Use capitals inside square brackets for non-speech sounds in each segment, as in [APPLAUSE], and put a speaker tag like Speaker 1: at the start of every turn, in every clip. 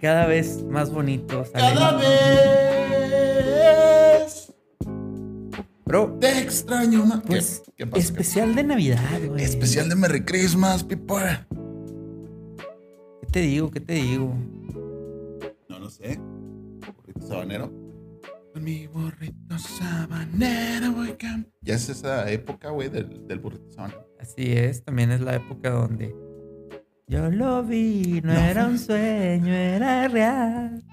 Speaker 1: cada vez más bonitos.
Speaker 2: Cada vez
Speaker 1: Bro,
Speaker 2: te extraño más. ¿Qué-
Speaker 1: pues
Speaker 2: ¿Qué, pasa?
Speaker 1: especial de Navidad,
Speaker 2: ¿Qué-
Speaker 1: güey.
Speaker 2: Especial de Merry Christmas, people.
Speaker 1: ¿Qué te digo? ¿Qué te digo?
Speaker 2: No lo sé. Burrito sabanero. Con mi burrito sabanero, güey. cam- Ya es esa época, güey, del, del burrito sabanero.
Speaker 1: Así es, también es la época donde yo lo vi, no,
Speaker 2: No.
Speaker 1: era un sueño, era real.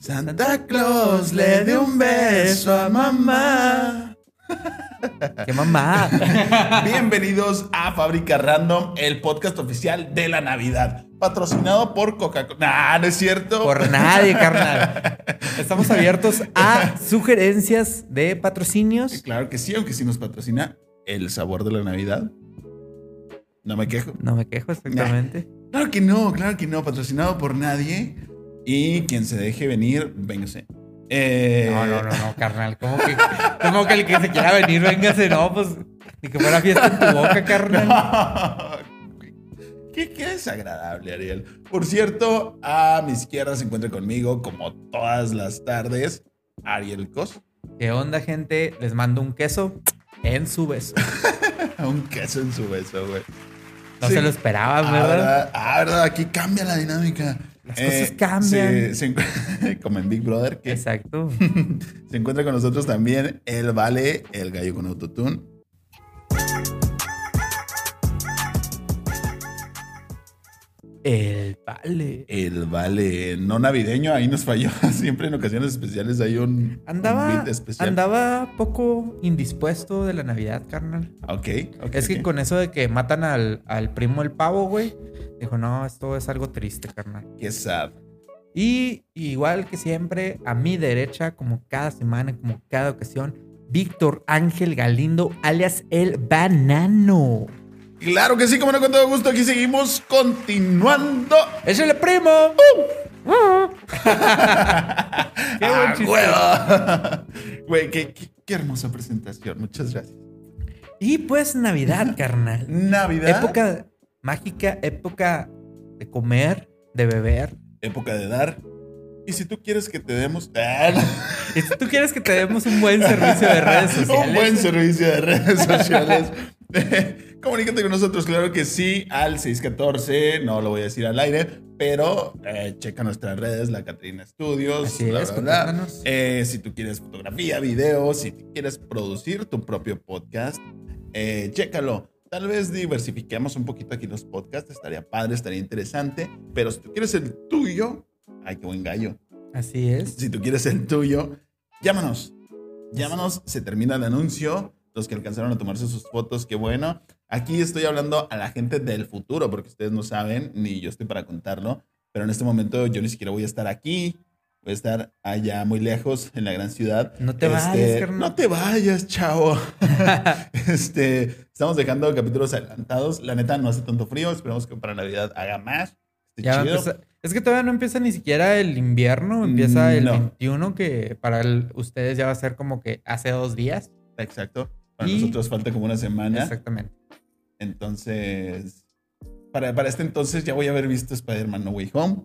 Speaker 2: Santa Claus le dio un beso a mamá.
Speaker 1: ¡Qué [LAUGHS] mamá!
Speaker 2: Bienvenidos a Fábrica Random, el podcast oficial de la Navidad. Patrocinado por Coca-Cola. Nah, no es cierto.
Speaker 1: Por nadie, carnal. Estamos abiertos a sugerencias de patrocinios.
Speaker 2: Claro que sí, aunque sí nos patrocina el sabor de la Navidad. No me quejo.
Speaker 1: No me quejo, exactamente.
Speaker 2: Claro que no, claro que no, patrocinado por nadie. Y quien se deje venir, véngase. Eh,
Speaker 1: No, no, no, no, carnal. ¿Cómo que, cómo que el que se quiera venir, véngase? No, pues ni que fuera fiesta en tu boca, carnal.
Speaker 2: [LAUGHS] Qué, qué desagradable, Ariel. Por cierto, a mi izquierda se encuentra conmigo, como todas las tardes, Ariel Cos. [LAUGHS]
Speaker 1: ¿Qué onda, gente? Les mando un queso en su beso.
Speaker 2: Un queso en su beso, güey.
Speaker 1: No
Speaker 2: Sí.
Speaker 1: se lo esperaban,
Speaker 2: Ah,
Speaker 1: ¿verdad?
Speaker 2: ¿verdad? Ah, ¿verdad? Aquí cambia la dinámica. Eh,
Speaker 1: Las cosas cambian.
Speaker 2: se- se [LAUGHS] encu- como en Big Brother, que [LAUGHS]
Speaker 1: Exacto.
Speaker 2: se encuentra con nosotros también el Vale, el gallo con autotune.
Speaker 1: El vale.
Speaker 2: El Vale, no navideño, ahí nos falló. [LAUGHS] Siempre en ocasiones especiales hay un, un
Speaker 1: Andaba,
Speaker 2: beat especial.
Speaker 1: andaba poco indispuesto de la Navidad, carnal.
Speaker 2: Ok, ok,
Speaker 1: es que
Speaker 2: ok.
Speaker 1: con eso de que matan al, al primo el pavo, güey, dijo, no, esto es algo triste, carnal.
Speaker 2: Qué sad.
Speaker 1: Y igual que siempre, a mi derecha, como cada semana, como cada ocasión, Víctor Ángel Galindo, alias el banano.
Speaker 2: Claro que sí, como no, con todo gusto, aquí seguimos continuando.
Speaker 1: ¡Es el primo! Qué buen
Speaker 2: ¡Ah,
Speaker 1: chiste.
Speaker 2: huevo! Ah, Güey, [LAUGHS] qué, qué- qué hermosa presentación. Muchas gracias.
Speaker 1: Y pues Navidad, carnal.
Speaker 2: Navidad.
Speaker 1: Época mágica, época de comer, de beber.
Speaker 2: época de dar. Y si tú quieres que te demos [LAUGHS] Ah, no.
Speaker 1: Y si tú quieres que te demos un buen servicio de redes sociales,
Speaker 2: [LAUGHS] un buen servicio de redes sociales, [LAUGHS] comunícate con nosotros, claro que sí, al 614, no lo voy a decir al aire, pero eh, checa nuestras redes, la Catrina Studios,
Speaker 1: Así
Speaker 2: bla,
Speaker 1: es, pues,
Speaker 2: bla, bla.
Speaker 1: contáctanos.
Speaker 2: Eh, si tú quieres fotografía, video, si tú quieres producir tu propio podcast, eh, chécalo. Tal vez diversifiquemos un poquito aquí los podcasts, estaría padre, estaría interesante, pero si tú quieres el tuyo, ay, qué buen gallo.
Speaker 1: Así es.
Speaker 2: Si tú quieres el tuyo, llámanos. Llámanos, se termina el anuncio. Los que alcanzaron a tomarse sus fotos, qué bueno. Aquí estoy hablando a la gente del futuro, porque ustedes no saben, ni yo estoy para contarlo, pero en este momento yo ni siquiera voy a estar aquí. Voy a estar allá muy lejos, en la gran ciudad.
Speaker 1: No te
Speaker 2: Este,
Speaker 1: vayas, carnal.
Speaker 2: No te vayas, chavo. [LAUGHS] este, estamos dejando capítulos adelantados. La neta, no hace tanto frío. Esperemos que para Navidad haga más. Esté
Speaker 1: Ya va a
Speaker 2: chido. Mm,
Speaker 1: empezar- Es que todavía no empieza ni siquiera el invierno, empieza el
Speaker 2: No.
Speaker 1: 21, que para el- ustedes ya va a ser como que hace dos días.
Speaker 2: Exacto. Para
Speaker 1: Y-
Speaker 2: nosotros falta como una semana.
Speaker 1: Exactamente.
Speaker 2: Entonces, para, para este entonces ya voy a haber visto Spider-Man No Way Home.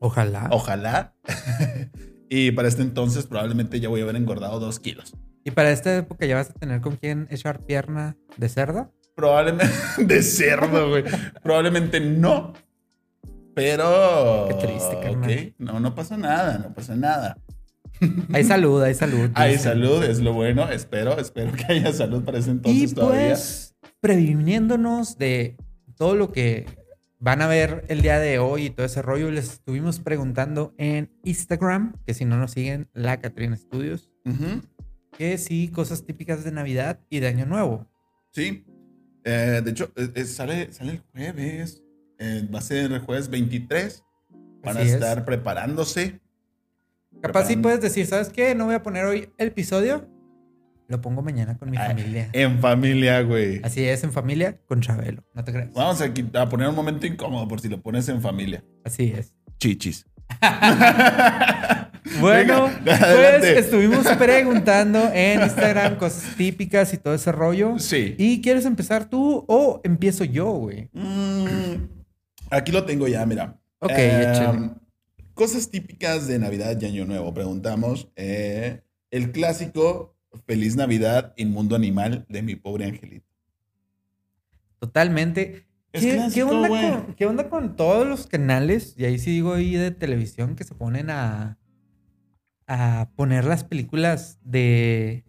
Speaker 1: Ojalá.
Speaker 2: Ojalá. [LAUGHS] y para este entonces probablemente ya voy a haber engordado dos kilos.
Speaker 1: Y para esta época ya vas a tener con quién echar pierna de cerda.
Speaker 2: Probablemente [LAUGHS] de cerdo, güey. Probablemente no. Pero.
Speaker 1: Qué triste, carnal.
Speaker 2: ok, No, no pasa nada, no pasa nada.
Speaker 1: Hay salud, hay salud.
Speaker 2: Hay
Speaker 1: dicen.
Speaker 2: salud, es lo bueno. Espero, espero que haya salud para ese
Speaker 1: Y
Speaker 2: entonces todavía.
Speaker 1: pues, previniéndonos de todo lo que van a ver el día de hoy y todo ese rollo, les estuvimos preguntando en Instagram, que si no nos siguen, la Catrina Studios,
Speaker 2: Ujú.
Speaker 1: que sí, cosas típicas de Navidad y de Año Nuevo.
Speaker 2: Sí. Eh, de hecho, eh, eh, sale, sale el jueves. Eh, va a ser el jueves 23. Van
Speaker 1: Así
Speaker 2: a
Speaker 1: es.
Speaker 2: estar preparándose.
Speaker 1: Capaz sí
Speaker 2: preparando.
Speaker 1: puedes decir, ¿sabes qué? No voy a poner hoy el episodio, lo pongo mañana con mi
Speaker 2: Ah,
Speaker 1: familia.
Speaker 2: En familia, güey.
Speaker 1: Así es, en familia, con Chabelo, no te creas.
Speaker 2: Vamos a, quit- a poner un momento incómodo por si lo pones en familia.
Speaker 1: Así es.
Speaker 2: Chichis. [LAUGHS]
Speaker 1: Bueno,
Speaker 2: Venga,
Speaker 1: pues
Speaker 2: adelante. [LAUGHS]
Speaker 1: estuvimos preguntando en Instagram cosas típicas y todo ese rollo.
Speaker 2: [LAUGHS] Sí.
Speaker 1: ¿Y quieres empezar tú o empiezo yo, güey?
Speaker 2: Mm, aquí lo tengo ya, mira.
Speaker 1: Ok,
Speaker 2: Eh,
Speaker 1: échale.
Speaker 2: Cosas típicas de Navidad y Año Nuevo. Preguntamos eh, el clásico Feliz Navidad y Mundo Animal de mi pobre angelito.
Speaker 1: Totalmente.
Speaker 2: Es
Speaker 1: ¿Qué,
Speaker 2: clásico,
Speaker 1: qué onda
Speaker 2: güey.
Speaker 1: con, qué onda con todos los canales? Y ahí sí digo ahí de televisión que se ponen a, a poner las películas de,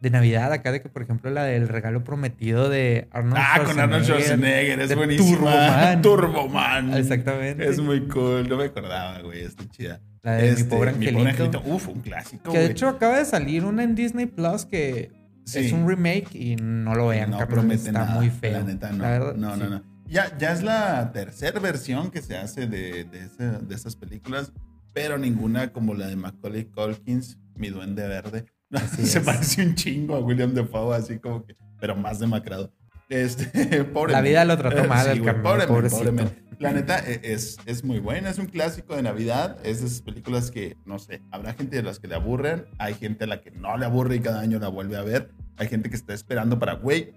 Speaker 1: de Navidad acá, de que por ejemplo la del regalo prometido de Arnold
Speaker 2: Ah,
Speaker 1: Schwarzenegger.
Speaker 2: con Arnold Schwarzenegger, es
Speaker 1: de
Speaker 2: buenísima.
Speaker 1: Turboman.
Speaker 2: Turboman.
Speaker 1: Exactamente.
Speaker 2: Es muy cool, no me acordaba, güey, está chida.
Speaker 1: la de
Speaker 2: Este,
Speaker 1: mi pobre angelito.
Speaker 2: Uf, un clásico,
Speaker 1: que de
Speaker 2: güey.
Speaker 1: hecho acaba de salir una en Disney Plus que
Speaker 2: Sí.
Speaker 1: es un remake y no lo vean.
Speaker 2: no
Speaker 1: carnal,
Speaker 2: promete
Speaker 1: está
Speaker 2: nada,
Speaker 1: muy feo.
Speaker 2: La neta, no.
Speaker 1: La verdad,
Speaker 2: no, no,
Speaker 1: sí.
Speaker 2: no. Ya, ya es la tercera versión que se hace de, de, ese- de esas películas, pero ninguna como la de Macaulay Culkins, Mi Duende Verde. [LAUGHS] se
Speaker 1: es.
Speaker 2: parece un chingo a William Defoe, así como que, pero más demacrado. Este, [LAUGHS] pobre
Speaker 1: La
Speaker 2: men.
Speaker 1: vida lo trató
Speaker 2: Eh,
Speaker 1: mal
Speaker 2: sí,
Speaker 1: al
Speaker 2: güey,
Speaker 1: carnal,
Speaker 2: pobre men,
Speaker 1: pobrecito.
Speaker 2: pobre men. La neta eh, es, es muy buena, es un clásico de Navidad, es de esas películas que, no sé, habrá gente de las que le aburren, hay gente a la que no le aburre y cada año la vuelve a ver, hay gente que está esperando para, güey,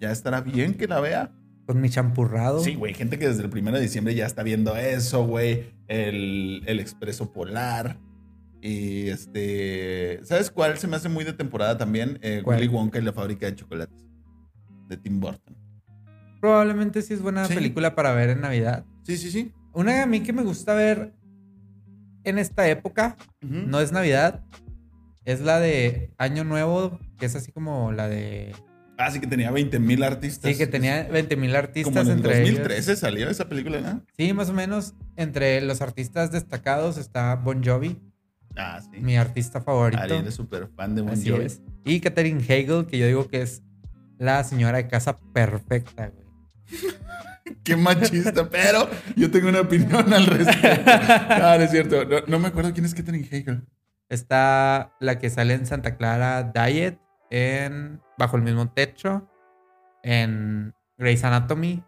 Speaker 2: ya estará bien que la vea.
Speaker 1: Con mi champurrado.
Speaker 2: Sí, güey, gente que desde el 1 de diciembre ya está viendo eso, güey, el, el expreso polar. Y este, ¿sabes cuál se me hace muy de temporada también? Eh,
Speaker 1: ¿Cuál?
Speaker 2: Willy Wonka y la fábrica de chocolates de Tim Burton.
Speaker 1: Probablemente sí es buena
Speaker 2: Sí.
Speaker 1: película para ver en Navidad.
Speaker 2: Sí, sí, sí.
Speaker 1: Una a mí que me gusta ver en esta época,
Speaker 2: Ujú.
Speaker 1: no es Navidad, es la de Año Nuevo, que es así como la de...
Speaker 2: Ah, sí que tenía 20 mil artistas.
Speaker 1: Sí, que tenía 20.000 artistas
Speaker 2: Como en el
Speaker 1: entre
Speaker 2: 2013
Speaker 1: ellos.
Speaker 2: salió esa película, ¿no?
Speaker 1: Sí, más o menos. Entre los artistas destacados está Bon Jovi,
Speaker 2: Ah, sí.
Speaker 1: mi artista favorito.
Speaker 2: Ariel es súper fan de Bon
Speaker 1: Así
Speaker 2: Jovi.
Speaker 1: es. Y Katherine Hegel, que yo digo que es la señora de casa perfecta, güey. [LAUGHS]
Speaker 2: Qué machista, pero yo tengo una opinión al respecto. No, no es cierto. No, no me acuerdo quién es Katherine Hegel.
Speaker 1: Está la que sale en Santa Clara Diet, en Bajo el mismo techo, en Grey's Anatomy.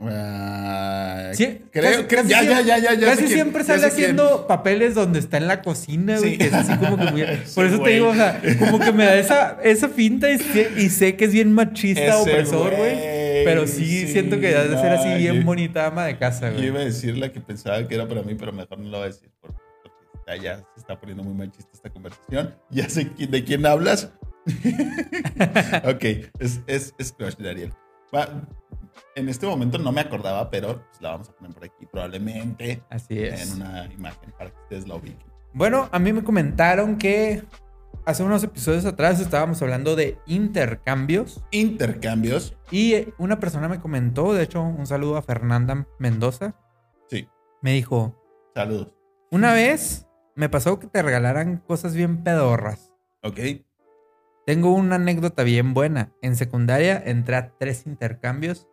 Speaker 2: Ah,
Speaker 1: Sí,
Speaker 2: creo,
Speaker 1: casi-
Speaker 2: creo-
Speaker 1: casi
Speaker 2: ya, ya,
Speaker 1: siempre-
Speaker 2: ya, ya, ya.
Speaker 1: Casi
Speaker 2: sé quién,
Speaker 1: siempre
Speaker 2: ya
Speaker 1: sale
Speaker 2: sé quién.
Speaker 1: haciendo papeles donde está en la cocina, güey,
Speaker 2: Sí.
Speaker 1: que es así como que
Speaker 2: [LAUGHS]
Speaker 1: muy-
Speaker 2: Sí,
Speaker 1: Por eso
Speaker 2: güey.
Speaker 1: te digo, o sea, como que me da esa, esa finta y sé, y sé que es bien machista,
Speaker 2: Ese
Speaker 1: opresor, güey. Pero sí, siento que debe de ser así
Speaker 2: no,
Speaker 1: bien
Speaker 2: yo-
Speaker 1: bonita ama de casa,
Speaker 2: Yo iba
Speaker 1: güey.
Speaker 2: a decir la que pensaba que era para mí, pero mejor no lo voy a decir por- porque está- ya se está poniendo muy machista esta conversación. Ya sé qui- de quién hablas. [LAUGHS] ok, es, es, es Crush de Ariel. Va, en este momento no me acordaba, pero pues la vamos a poner por aquí probablemente
Speaker 1: Así es.
Speaker 2: en una imagen para que ustedes la ubiquen.
Speaker 1: Bueno, a mí me comentaron que hace unos episodios atrás estábamos hablando de intercambios
Speaker 2: Intercambios.
Speaker 1: y eh, una persona me comentó, de hecho, un saludo a Fernanda Mendoza.
Speaker 2: Sí,
Speaker 1: Me dijo,
Speaker 2: saludos.
Speaker 1: una vez me pasó que te regalaran cosas bien pedorras.
Speaker 2: Ok.
Speaker 1: Tengo una anécdota bien buena. En secundaria entré a tres intercambios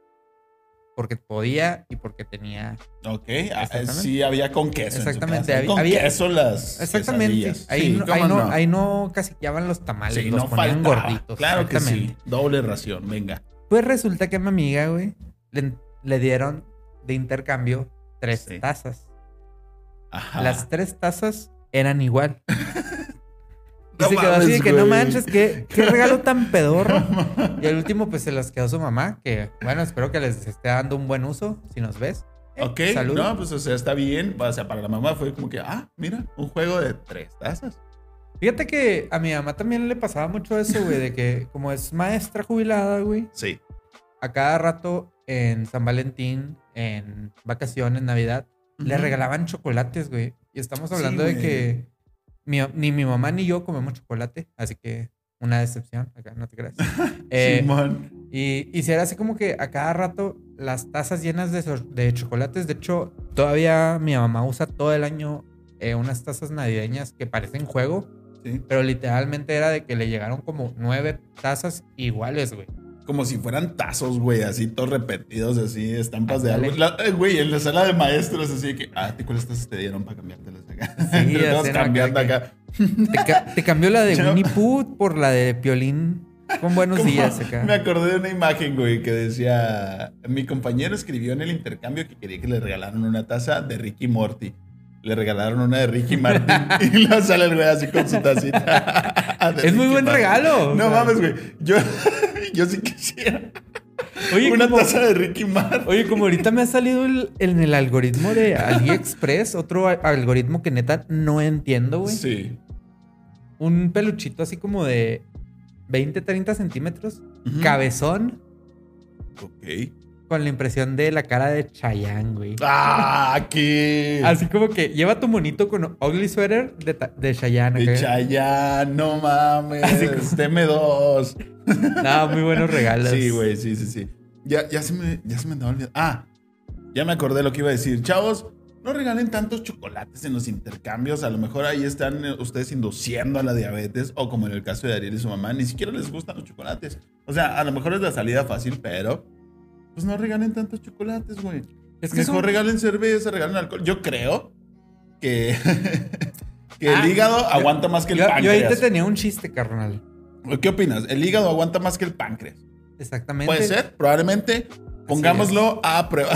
Speaker 1: porque podía y porque tenía...
Speaker 2: Ok, ah,
Speaker 1: Exactamente.
Speaker 2: sí había con queso. en su
Speaker 1: Exactamente,
Speaker 2: casa.
Speaker 1: había-
Speaker 2: con
Speaker 1: había-
Speaker 2: queso las.
Speaker 1: Exactamente.
Speaker 2: quesadillas.
Speaker 1: Ahí,
Speaker 2: Sí,
Speaker 1: no,
Speaker 2: ¿cómo
Speaker 1: ahí, no,
Speaker 2: no?
Speaker 1: ahí no caciqueaban los tamales,
Speaker 2: Sí,
Speaker 1: Ah, los
Speaker 2: no
Speaker 1: ponían
Speaker 2: faltaba.
Speaker 1: gorditos.
Speaker 2: Claro que sí.
Speaker 1: exactamente.
Speaker 2: Doble ración, venga.
Speaker 1: Pues resulta que a mi amiga, güey, le, le dieron de intercambio tres
Speaker 2: Sí. Ah.
Speaker 1: tazas.
Speaker 2: Ajá.
Speaker 1: Las tres tazas eran igual. Y
Speaker 2: [LAUGHS] No
Speaker 1: se quedó así de
Speaker 2: mames,
Speaker 1: que no
Speaker 2: güey. [LAUGHS]
Speaker 1: manches, qué, qué regalo tan pedorro. Y al último, pues se las quedó su mamá, que bueno, espero que les esté dando un buen uso, si nos ves. Eh,
Speaker 2: Ok,
Speaker 1: salud.
Speaker 2: no, pues o sea, está bien. O sea, para la mamá fue como que, ah, mira, un juego de tres tazas.
Speaker 1: Fíjate que a mi mamá también le pasaba mucho eso, güey, de que como es maestra jubilada, güey,
Speaker 2: Sí.
Speaker 1: a cada rato en San Valentín, en vacaciones, en Navidad, le
Speaker 2: Ujú.
Speaker 1: regalaban chocolates, güey. Y estamos
Speaker 2: Sí,
Speaker 1: hablando de
Speaker 2: güey.
Speaker 1: que mi- ni mi mamá ni yo comemos chocolate, así que una decepción, acá no te
Speaker 2: [LAUGHS]
Speaker 1: creas. Eh,
Speaker 2: Simón.
Speaker 1: y, y si era así como que a cada rato las tazas llenas de, sor- de chocolates, de hecho, todavía mi mamá usa todo el año eh, unas tazas navideñas que parecen juego,
Speaker 2: Sí.
Speaker 1: pero literalmente era de que le llegaron como nueve tazas iguales, güey.
Speaker 2: Como si fueran tazos, güey, así todos repetidos, así, estampas de
Speaker 1: Ándale.
Speaker 2: algo. La- eh, Güey, en la sala de maestros, así de que, ah, ¿te cuáles tazas te dieron para cambiártelas acá?
Speaker 1: Sí,
Speaker 2: [LAUGHS] Entre
Speaker 1: ya
Speaker 2: todos
Speaker 1: sé, ¿no? Acá
Speaker 2: cambiando
Speaker 1: de que-
Speaker 2: acá.
Speaker 1: Te,
Speaker 2: [LAUGHS]
Speaker 1: ca- te cambió la de
Speaker 2: Yo-
Speaker 1: Winnie Pooh por la de Piolín con buenos
Speaker 2: Como-
Speaker 1: días acá.
Speaker 2: Me acordé de una imagen, güey, que decía: Mi compañero escribió en el intercambio que quería que le regalaran una taza de Ricky Morty. Le regalaron una de
Speaker 1: [LAUGHS]
Speaker 2: Ricky Martin y lo sale el güey así con su tacita. de
Speaker 1: Es muy
Speaker 2: Ricky
Speaker 1: buen
Speaker 2: Martin.
Speaker 1: regalo. o
Speaker 2: No [LAUGHS]
Speaker 1: sea,
Speaker 2: mames, güey. Yo, yo sí quisiera.
Speaker 1: Oye,
Speaker 2: Una
Speaker 1: como-
Speaker 2: taza de Ricky Martin.
Speaker 1: [LAUGHS] Oye, como ahorita me ha salido el- en el algoritmo de AliExpress, otro a- algoritmo que neta no entiendo, güey.
Speaker 2: Sí.
Speaker 1: Un peluchito así como de 20, 30 centímetros,
Speaker 2: Ujú.
Speaker 1: cabezón,
Speaker 2: Ok.
Speaker 1: con la impresión de la cara de Chayanne, güey.
Speaker 2: Ah, aquí.
Speaker 1: Así como que lleva tu monito con ugly sweater de, ta- de Chayanne.
Speaker 2: De
Speaker 1: acá.
Speaker 2: Chayanne, no mames.
Speaker 1: Así como-
Speaker 2: Deme dos.
Speaker 1: No, muy buenos regalos.
Speaker 2: Sí, güey, sí, sí, sí. Ya, ya, se me, ya se me andaba olvidando. Ah, ya me acordé lo que iba a decir. Chavos, no regalen tantos chocolates en los intercambios. A lo mejor ahí están eh, ustedes induciendo a la diabetes. O como en el caso de Ariel y su mamá, ni siquiera les gustan los chocolates. O sea, a lo mejor es la salida fácil, pero... Pues no regalen tantos chocolates, güey.
Speaker 1: Es que
Speaker 2: Mejor
Speaker 1: son-
Speaker 2: regalen cerveza, regalen alcohol. Yo creo que... [LAUGHS] que
Speaker 1: Ah,
Speaker 2: el hígado aguanta más que
Speaker 1: Yo,
Speaker 2: el
Speaker 1: yo ahí te
Speaker 2: páncreas.
Speaker 1: tenía un chiste, carnal.
Speaker 2: ¿Qué opinas? El hígado aguanta más que el páncreas.
Speaker 1: Exactamente.
Speaker 2: Puede ser, probablemente. Pongámoslo a prueba.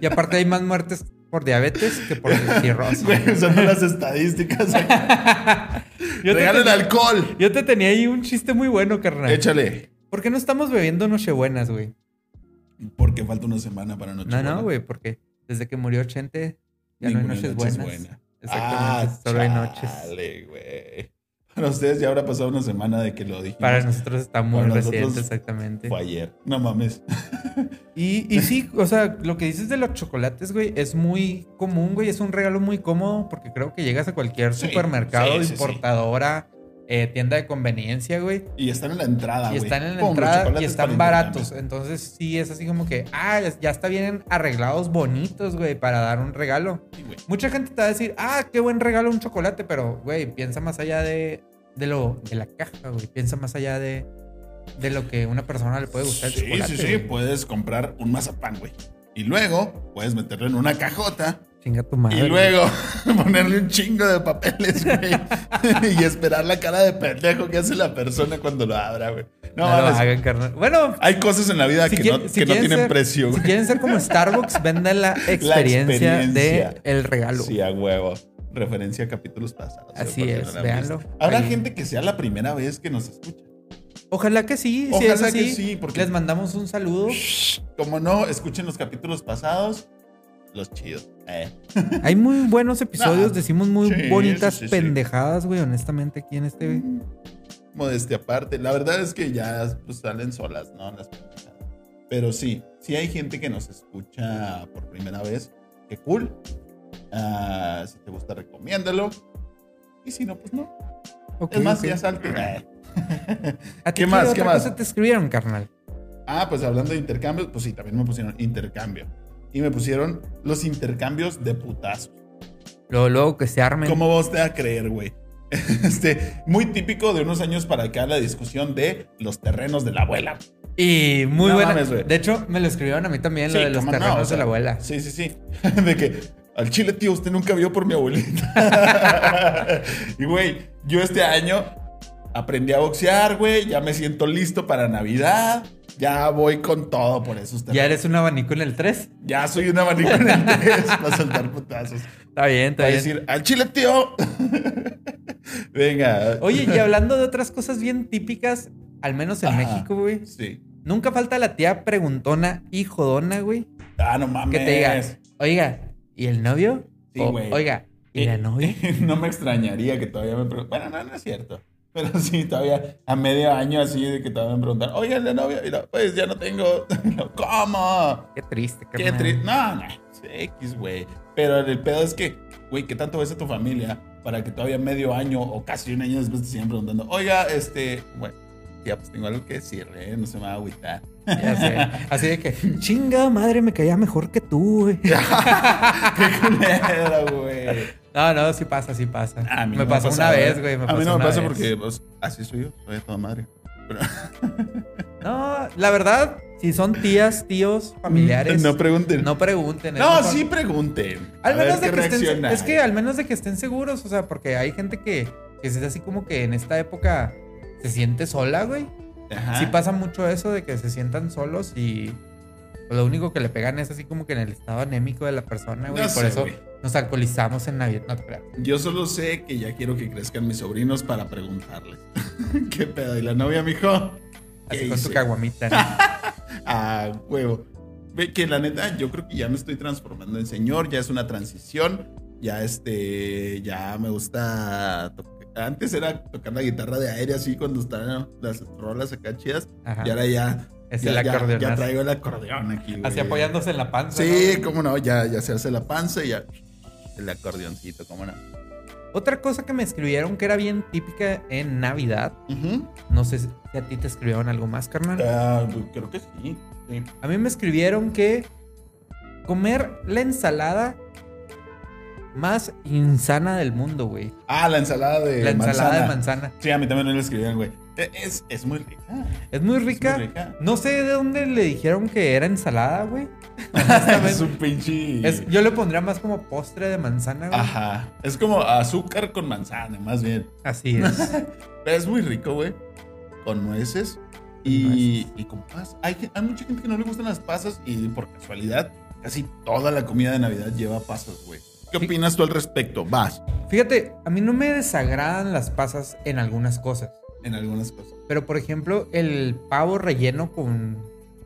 Speaker 1: Y aparte hay más muertes por diabetes que
Speaker 2: [LAUGHS]
Speaker 1: por cirrosis.
Speaker 2: Güey, usando las estadísticas.
Speaker 1: [LAUGHS] Yo te
Speaker 2: Regalen
Speaker 1: tenía-
Speaker 2: alcohol.
Speaker 1: Yo te tenía ahí un chiste muy bueno, carnal.
Speaker 2: Échale.
Speaker 1: ¿Por qué no estamos bebiendo Nochebuenas, güey?
Speaker 2: Porque falta una semana para noche.
Speaker 1: No, no, güey, porque desde que murió Chente ya no
Speaker 2: Ninguna
Speaker 1: hay noches
Speaker 2: noche es
Speaker 1: buenas.
Speaker 2: buena.
Speaker 1: Exactamente,
Speaker 2: Ah,
Speaker 1: solo hay noches.
Speaker 2: chale, güey. Para ustedes ya habrá pasado una semana de que lo dijimos.
Speaker 1: Para nosotros está muy
Speaker 2: Para
Speaker 1: reciente,
Speaker 2: nosotros
Speaker 1: exactamente.
Speaker 2: Fue ayer. No mames.
Speaker 1: Y, y sí, o sea, lo que dices de los chocolates, güey, es muy común, güey. Es un regalo muy cómodo porque creo que llegas a cualquier
Speaker 2: Sí,
Speaker 1: supermercado,
Speaker 2: sí, sí, sí.
Speaker 1: importadora, eh, tienda de conveniencia, güey.
Speaker 2: Y están en la entrada,
Speaker 1: y
Speaker 2: Ah, güey.
Speaker 1: están en la
Speaker 2: Pum, los
Speaker 1: entrada y
Speaker 2: chocolates
Speaker 1: están
Speaker 2: para
Speaker 1: baratos. eh.
Speaker 2: intercambio.
Speaker 1: Entonces sí, es así como que, ah, ya- ya está bien arreglados, bonitos, güey, para dar un regalo.
Speaker 2: Sí, güey.
Speaker 1: Mucha gente te va a decir, ah, qué buen regalo un chocolate, pero, güey, piensa más allá de, de lo de la caja, güey. Piensa más allá de, de lo que una persona le puede gustar el
Speaker 2: Sí,
Speaker 1: chocolate.
Speaker 2: sí, sí.
Speaker 1: güey.
Speaker 2: Puedes comprar un mazapán, güey. Y luego puedes meterlo en una cajota
Speaker 1: Chinga tu madre.
Speaker 2: Y luego [LAUGHS] ponerle un chingo de papeles, güey. [LAUGHS] y esperar la cara de pendejo que hace la persona cuando lo abra, güey. No,
Speaker 1: No, lo
Speaker 2: mames.
Speaker 1: hagan, carnal.
Speaker 2: [LAUGHS]
Speaker 1: Bueno,
Speaker 2: Hay cosas en la vida
Speaker 1: si,
Speaker 2: que,
Speaker 1: quieren-
Speaker 2: no,
Speaker 1: si
Speaker 2: que no
Speaker 1: quieren
Speaker 2: tienen
Speaker 1: ser-
Speaker 2: precio,
Speaker 1: Si
Speaker 2: güey.
Speaker 1: quieren ser como Starbucks, vendan
Speaker 2: [LAUGHS]
Speaker 1: la experiencia,
Speaker 2: experiencia.
Speaker 1: de el regalo.
Speaker 2: Sí, a huevo. Referencia a capítulos pasados. güey,
Speaker 1: Así
Speaker 2: por si
Speaker 1: es,
Speaker 2: no la han
Speaker 1: véanlo.
Speaker 2: visto. Habrá
Speaker 1: Ahí.
Speaker 2: gente que sea la primera vez que nos escucha.
Speaker 1: Ojalá que sí. si
Speaker 2: Ojalá
Speaker 1: es así,
Speaker 2: que sí, porque-
Speaker 1: les mandamos un saludo.
Speaker 2: Como no, escuchen los capítulos pasados. Los chidos. Eh.
Speaker 1: Hay muy buenos episodios,
Speaker 2: Nah.
Speaker 1: decimos muy
Speaker 2: Ah, Sí,
Speaker 1: bonitas
Speaker 2: sí, sí, sí.
Speaker 1: pendejadas, güey, honestamente, aquí en este.
Speaker 2: Modestia este aparte. La verdad es que ya pues, salen solas, ¿no? Las pendejadas. Pero sí, sí hay gente que nos escucha por primera vez. Qué cool. Ah, si te gusta, recomiéndalo. Y si no, pues no.
Speaker 1: Ok,
Speaker 2: es más,
Speaker 1: ok.
Speaker 2: ya salte. Eh.
Speaker 1: ¿A ti
Speaker 2: ¿qué más,
Speaker 1: otra
Speaker 2: qué más?
Speaker 1: cosa te escribieron, carnal?
Speaker 2: Ah, pues hablando de intercambios, pues sí, también me pusieron intercambio. Y me pusieron los intercambios de putazo.
Speaker 1: Luego, luego que se armen.
Speaker 2: ¿Cómo vos te va a creer, güey? [LAUGHS] Este, muy típico de unos años para acá la discusión de los terrenos de la abuela.
Speaker 1: Y muy
Speaker 2: No
Speaker 1: buena.
Speaker 2: mames, güey.
Speaker 1: de hecho, me lo escribieron a mí también,
Speaker 2: Sí,
Speaker 1: lo de los
Speaker 2: cómo no,
Speaker 1: terrenos
Speaker 2: o sea,
Speaker 1: de la abuela.
Speaker 2: Sí, sí, [LAUGHS] sí. De que al chile, tío, usted nunca vio por mi abuelita. [LAUGHS] y, güey, yo este año aprendí a boxear, güey. Ya me siento listo para Navidad. Ya voy con todo por esos
Speaker 1: Ya
Speaker 2: terrenos.
Speaker 1: eres un abanico en el 3.
Speaker 2: Ya, soy un abanico en el test para saltar putazos.
Speaker 1: Está bien, está
Speaker 2: Para
Speaker 1: bien.
Speaker 2: decir, al chile, tío. [LAUGHS] Venga.
Speaker 1: Oye,
Speaker 2: [LAUGHS]
Speaker 1: y hablando de otras cosas bien típicas, al menos en
Speaker 2: Ajá.
Speaker 1: México, güey.
Speaker 2: Sí.
Speaker 1: Nunca falta la tía preguntona y jodona, güey.
Speaker 2: Ah, no mames.
Speaker 1: Que te diga, oiga, ¿y el novio?
Speaker 2: Sí,
Speaker 1: O,
Speaker 2: güey.
Speaker 1: Oiga, ¿y la novia?
Speaker 2: Eh, [LAUGHS] no me extrañaría que todavía me pregunten. Bueno, no, no es cierto. Pero [LAUGHS] sí, todavía a medio año así de que todavía me preguntan, oye, la novia, mira, pues ya no tengo. [LAUGHS] Yo, ¿Cómo?
Speaker 1: Qué triste,
Speaker 2: Qué
Speaker 1: carnal.
Speaker 2: triste. No, no, es X, güey. Pero el pedo es que, güey, ¿qué tanto ves a tu familia para que todavía medio año o casi un año después te sigan preguntando, oiga, este, bueno, ya pues tengo algo que decir, ¿eh? No se me va a agüitar. [LAUGHS]
Speaker 1: Ya sé. Así de que, chinga madre, me caía mejor que tú,
Speaker 2: [LAUGHS]
Speaker 1: güey.
Speaker 2: Qué culero, güey.
Speaker 1: No, no, sí pasa, sí pasa.
Speaker 2: A mí
Speaker 1: me
Speaker 2: no
Speaker 1: pasó una
Speaker 2: pasaba,
Speaker 1: vez, güey. me
Speaker 2: ¿eh? A
Speaker 1: pasó
Speaker 2: mí no me
Speaker 1: una
Speaker 2: pasa
Speaker 1: vez.
Speaker 2: porque pues, así soy yo, soy a toda madre. Pero-
Speaker 1: No, la verdad, si son tías, tíos, familiares,
Speaker 2: Mm, No
Speaker 1: no,
Speaker 2: pregunten. No,
Speaker 1: pregunten. es mejor-
Speaker 2: sí pregunten.
Speaker 1: Al
Speaker 2: A ver
Speaker 1: menos
Speaker 2: qué
Speaker 1: de que estén,
Speaker 2: reaccionan.
Speaker 1: es que al menos de que estén seguros, o sea, porque hay gente que, que es así como que en esta época se siente sola, güey.
Speaker 2: Ajá.
Speaker 1: Sí pasa mucho eso de que se sientan solos y pues, lo único que le pegan es así como que en el estado anémico de la persona, güey.
Speaker 2: No
Speaker 1: y por
Speaker 2: sé,
Speaker 1: eso
Speaker 2: güey.
Speaker 1: nos alcoholizamos en Navidad. No te creas.
Speaker 2: Yo solo sé que ya quiero que crezcan mis sobrinos para [LAUGHS] preguntarles. ¿Qué pedo? ¿Y la novia, mijo? ¿Qué
Speaker 1: Así con tu
Speaker 2: hice? [LAUGHS]
Speaker 1: caguamita. ¿no?
Speaker 2: A huevo. Ve que la neta, yo creo que ya me estoy transformando en señor, ya es una transición, ya este, ya me gusta. to- Antes era tocar la guitarra de aire así cuando estaban las rolas acá chidas,
Speaker 1: Ajá.
Speaker 2: y ahora ya.
Speaker 1: Es
Speaker 2: ya,
Speaker 1: el
Speaker 2: ya-
Speaker 1: acordeón.
Speaker 2: ya traigo el acordeón aquí. güey.
Speaker 1: Así apoyándose en la panza.
Speaker 2: Sí,
Speaker 1: ¿no?
Speaker 2: cómo no, ya, ya se hace la panza y ya. El acordeoncito, cómo no.
Speaker 1: Otra cosa que me escribieron que era bien típica en Navidad.
Speaker 2: Ujú.
Speaker 1: No sé si a ti te escribieron algo más, carnal.
Speaker 2: Ah, creo que sí. sí.
Speaker 1: A mí me escribieron que comer la ensalada más insana del mundo, güey.
Speaker 2: Ah, la ensalada de
Speaker 1: La ensalada
Speaker 2: manzana.
Speaker 1: de manzana. Ah,
Speaker 2: Sí, a mí también me lo escribieron, güey. Eh, Es, es muy rica.
Speaker 1: Es muy rica.
Speaker 2: Es muy rica.
Speaker 1: No sé de dónde le dijeron que era ensalada, güey.
Speaker 2: [LAUGHS] es un pinche.
Speaker 1: Es- yo le pondría más como postre de manzana, güey.
Speaker 2: Ajá. Es como azúcar con manzana, más bien.
Speaker 1: Así
Speaker 2: [LAUGHS]
Speaker 1: es.
Speaker 2: Pero es muy rico, güey. Con nueces y, y con pasas. Hay, gen- hay mucha gente que no le gustan las pasas y por casualidad, casi toda la comida de Navidad lleva pasas, güey. ¿Qué
Speaker 1: Sí.
Speaker 2: opinas tú al respecto? Vas.
Speaker 1: Fíjate, a mí no me desagradan las pasas en algunas cosas.
Speaker 2: En algunas cosas.
Speaker 1: Pero por ejemplo, el pavo relleno con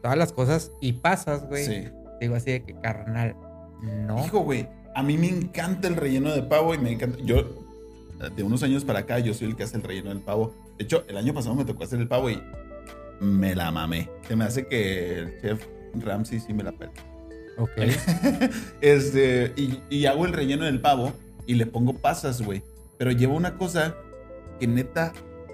Speaker 1: todas las cosas y pasas, güey.
Speaker 2: Sí.
Speaker 1: Digo así de que carnal. No.
Speaker 2: Hijo, güey, a mí me encanta el relleno de pavo y me encanta. Yo, de unos años para acá, yo soy el que hace el relleno del pavo. De hecho, el año pasado me tocó hacer el pavo y me la mamé. Se me hace que el chef Ramsey sí me la perdió.
Speaker 1: Ok.
Speaker 2: Este, y, y hago el relleno del pavo y le pongo pasas, güey. Pero lleva una cosa que neta.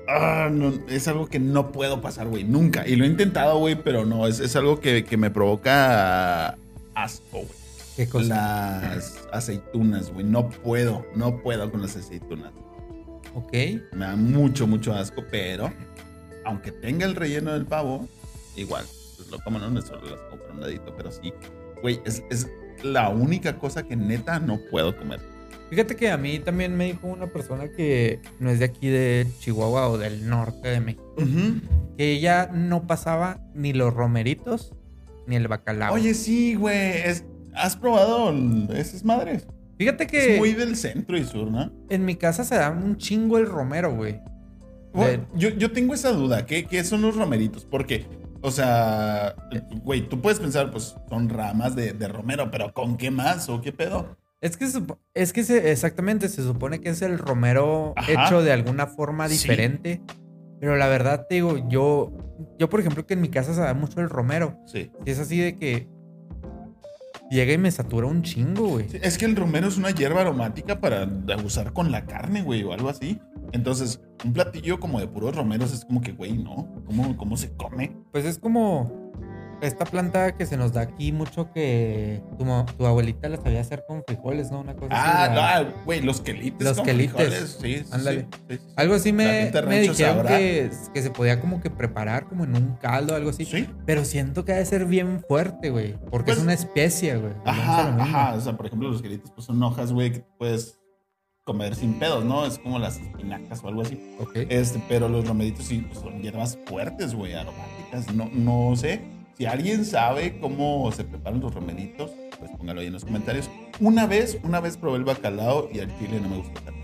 Speaker 2: ah, no, es algo que no puedo pasar, güey. Nunca. Y lo he intentado, güey, pero no. Es, es algo que, que me provoca asco, güey
Speaker 1: Qué cosa.
Speaker 2: [LAUGHS] las aceitunas, güey. No puedo, no puedo con las aceitunas.
Speaker 1: Ok.
Speaker 2: Me da mucho, mucho asco, pero aunque tenga el relleno del pavo, igual, pues lo como no, me solo las compro un ladito, pero sí, güey, es, es la única cosa que neta no puedo comer.
Speaker 1: Fíjate que a mí también me dijo una persona que no es de aquí de Chihuahua o del norte de México. Que ella no pasaba ni los romeritos ni el bacalao.
Speaker 2: Oye, sí, güey, es- ¿has probado el- esas madres?
Speaker 1: fíjate que
Speaker 2: Es muy del centro y sur, ¿no?
Speaker 1: en mi casa se da un chingo el romero, güey.
Speaker 2: Bueno, yo, yo tengo esa duda, ¿qué, qué son los romeritos? Porque, o sea, güey, tú puedes pensar, pues son ramas de, de romero, pero ¿con qué más o qué pedo?
Speaker 1: Es que, supo- es que se- exactamente se supone que es el romero
Speaker 2: Ajá.
Speaker 1: hecho de alguna forma
Speaker 2: Sí.
Speaker 1: diferente. Pero la verdad, te digo, yo, yo por ejemplo, que en mi casa se da mucho el romero.
Speaker 2: Sí.
Speaker 1: Y es así de que llega y me satura un chingo, güey.
Speaker 2: Sí, Es que el romero es una hierba aromática para usar con la carne, güey, o algo así. Entonces, un platillo como de puros romeros es como que, güey, ¿no? ¿Cómo, cómo se come?
Speaker 1: Pues es como esta planta que se nos da aquí mucho que tu, ma- tu abuelita la sabía hacer con frijoles, ¿no? Una cosa así. la-
Speaker 2: Ah, ah, güey, los quelites.
Speaker 1: Los
Speaker 2: con
Speaker 1: quelites.
Speaker 2: frijoles, Sí, sí, sí,
Speaker 1: Ándale.
Speaker 2: sí, sí, sí.
Speaker 1: Algo así
Speaker 2: La
Speaker 1: me,
Speaker 2: gente
Speaker 1: me
Speaker 2: rancho
Speaker 1: dijeron
Speaker 2: sabrá.
Speaker 1: que, que se podía como que preparar como en un caldo o algo así.
Speaker 2: Sí.
Speaker 1: Pero siento que ha de ser bien fuerte, güey. Porque es
Speaker 2: Pues-
Speaker 1: una especie, güey. Volvemos a lo
Speaker 2: Ajá,
Speaker 1: mismo.
Speaker 2: ajá. O sea, por ejemplo, los quelites pues son hojas, güey, que puedes comer
Speaker 1: Mm.
Speaker 2: sin pedos, ¿no? Es como las espinacas o algo así.
Speaker 1: Ok.
Speaker 2: Este, pero los romeritos sí pues, son hierbas fuertes, güey, aromáticas. No, no sé. Si alguien sabe cómo se preparan los romeritos, pues póngalo ahí en los comentarios. Una vez, una vez probé el bacalao y al chile no me gustó tanto.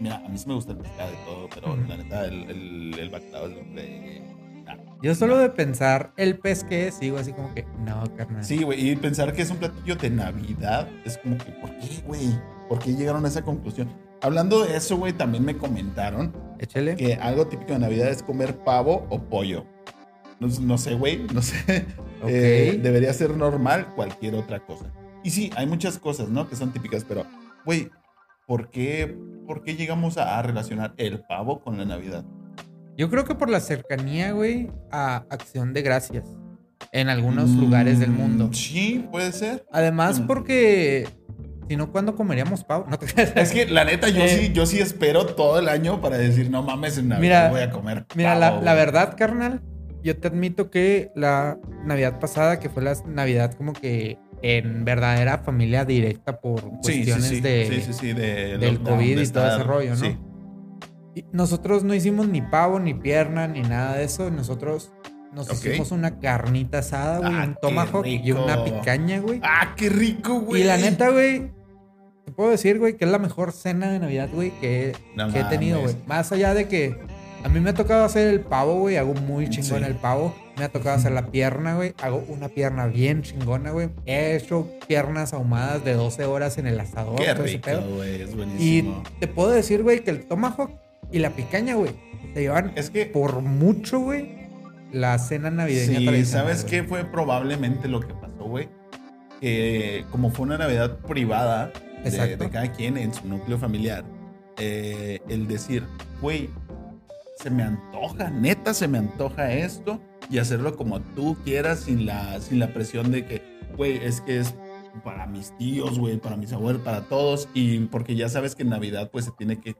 Speaker 2: Mira, a mí sí me gusta el pescado y todo, pero
Speaker 1: Ujú.
Speaker 2: la neta, el, el, el bacalao es lo que... nah.
Speaker 1: Yo solo de pensar el pez que es, sigo así como que, no, carnal.
Speaker 2: Sí, güey, y pensar que es un platillo de Navidad es como que, ¿por qué, güey? ¿Por qué llegaron a esa conclusión? Hablando de eso, güey, también me comentaron
Speaker 1: Échele.
Speaker 2: que algo típico de Navidad es comer pavo o pollo. No, no sé, güey, no sé. [LAUGHS]
Speaker 1: Ok.
Speaker 2: Eh, debería ser normal cualquier otra cosa. Y sí, hay muchas cosas, ¿no? Que son típicas, pero, güey, ¿por qué, ¿por qué llegamos a, a relacionar el pavo con la Navidad?
Speaker 1: Yo creo que por la cercanía, güey, a Acción de Gracias. En algunos lugares del
Speaker 2: Mm,
Speaker 1: mundo.
Speaker 2: Sí, puede ser.
Speaker 1: Además,
Speaker 2: Mm.
Speaker 1: porque. Si no, ¿cuándo comeríamos pavo? No te creas.
Speaker 2: Es que la neta, yo
Speaker 1: Eh.
Speaker 2: sí, yo sí espero todo el año para decir, no mames, en Navidad
Speaker 1: Mira,
Speaker 2: voy a comer.
Speaker 1: Mira,
Speaker 2: pavo,
Speaker 1: la,
Speaker 2: güey".
Speaker 1: la verdad, carnal, yo te admito que la Navidad pasada, que fue la Navidad como que en verdadera familia directa por
Speaker 2: Sí, sí,
Speaker 1: pues, cuestiones
Speaker 2: sí,
Speaker 1: de,
Speaker 2: sí, sí, sí, de
Speaker 1: del
Speaker 2: lockdown,
Speaker 1: COVID
Speaker 2: de
Speaker 1: y todo ese
Speaker 2: estar-
Speaker 1: rollo, ¿no?
Speaker 2: sí.
Speaker 1: Y nosotros no hicimos ni pavo, ni pierna, ni nada de eso. Nosotros nos
Speaker 2: Ok.
Speaker 1: hicimos una carnita asada, güey,
Speaker 2: Ah,
Speaker 1: un
Speaker 2: qué
Speaker 1: tomahawk y una
Speaker 2: rico.
Speaker 1: picaña, güey.
Speaker 2: Ah, qué rico, güey.
Speaker 1: y la neta, güey, te puedo decir, güey, que es la mejor cena de Navidad, güey, que,
Speaker 2: No
Speaker 1: que he tenido,
Speaker 2: mames.
Speaker 1: güey. Más allá de que A mí me ha tocado hacer el pavo, güey. Hago muy chingón el pavo. Me ha tocado hacer la pierna, güey. Hago una pierna bien chingona, güey. He hecho piernas ahumadas de 12 horas en el asador.
Speaker 2: Qué
Speaker 1: todo ese
Speaker 2: rico,
Speaker 1: pedo.
Speaker 2: güey. Es
Speaker 1: Y
Speaker 2: buenísimo.
Speaker 1: te puedo decir, güey, que el tomahawk y la picaña, güey, te llevan
Speaker 2: Es que
Speaker 1: por mucho, güey, la cena navideña
Speaker 2: Sí,
Speaker 1: tradicional,
Speaker 2: ¿sabes
Speaker 1: güey.
Speaker 2: qué fue probablemente lo que pasó, güey? Que como fue una Navidad privada de,
Speaker 1: Exacto.
Speaker 2: de cada quien en su núcleo familiar, eh, el decir, güey, se me antoja, neta, se me antoja esto y hacerlo como tú quieras sin la, sin la presión de que, güey, es que es para mis tíos, güey, para mis abuelos, para todos y porque ya sabes que en Navidad pues se tiene que